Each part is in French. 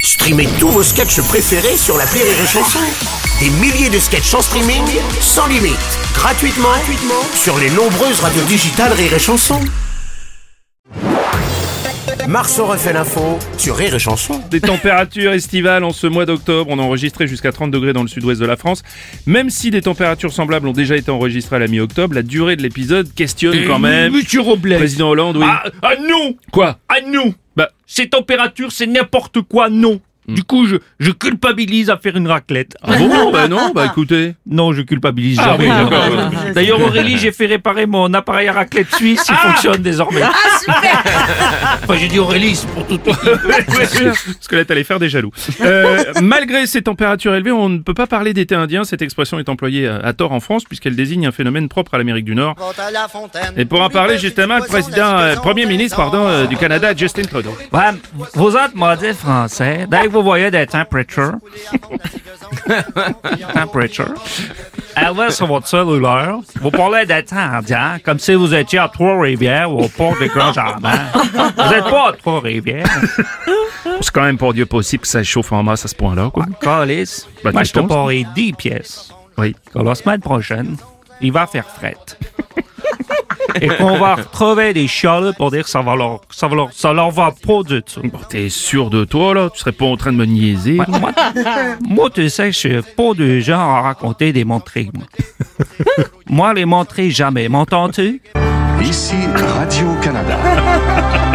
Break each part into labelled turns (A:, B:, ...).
A: Streamez tous vos sketchs préférés sur la Rire et Chanson. Des milliers de sketchs en streaming, sans limite, gratuitement, gratuitement sur les nombreuses radios digitales Rire et Chanson. Marceau refait l'info sur Rire et Chanson.
B: Des températures estivales en ce mois d'octobre. On a enregistré jusqu'à 30 degrés dans le sud-ouest de la France. Même si des températures semblables ont déjà été enregistrées à la mi-octobre, la durée de l'épisode questionne quand même.
C: Monsieur Robles.
B: Président Hollande, oui.
C: Mmh. Ah, ah non
B: Quoi
C: Ah non
B: Bah,
C: Ces températures, c'est n'importe quoi, non
B: Hmm.
C: Du coup, je, je culpabilise à faire une raclette.
B: ah bon Bah non, bah écoutez.
C: Non, je culpabilise
B: Ah
C: jamais. hein.
B: oui, d'accord.
C: D'ailleurs, Aurélie, j'ai fait réparer mon appareil à raclette suisse, il fonctionne désormais. Ah, super Enfin, j'ai dit Aurélie, c'est pour tout.
B: Parce que là, t'allais faire des jaloux. Euh, malgré ces températures élevées, on ne peut pas parler d'été indien. Cette expression est employée à, à tort en France puisqu'elle désigne un phénomène propre à l'Amérique du Nord. Et pour en parler justement, le président, euh, premier ministre, pardon, euh, du Canada, Justin Trudeau.
C: Ouais, vous êtes modèle français. Dès que vous voyez des temperatures, temperatures, allez sur votre cellulaire. Vous parlez des temps indiens, comme si vous étiez à Trois-Rivières ou au port des Grands Jardins. Vous n'êtes pas à Trois-Rivières.
B: C'est quand même pour Dieu possible que ça chauffe en masse à ce point-là, quoi.
C: Calice,
B: Bah,
C: moi,
B: tu
C: Ben,
B: penses?
C: je te parie 10 pièces
B: Oui.
C: que la semaine prochaine, il va faire fret. Et qu'on va retrouver des chialeux pour dire que ça, va leur, ça, va leur, ça leur va pas du tout.
B: Bon, t'es sûr de toi, là Tu serais pas en train de me niaiser
C: Ouais, moi, moi, tu sais, je suis pas du genre à raconter des montries. Moi, moi les montries, jamais. M'entends-tu?
D: Ici Radio-Canada.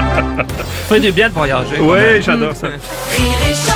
C: Fais du bien de voyager.
B: Ouais, j'adore ça.
E: Rire et chanson.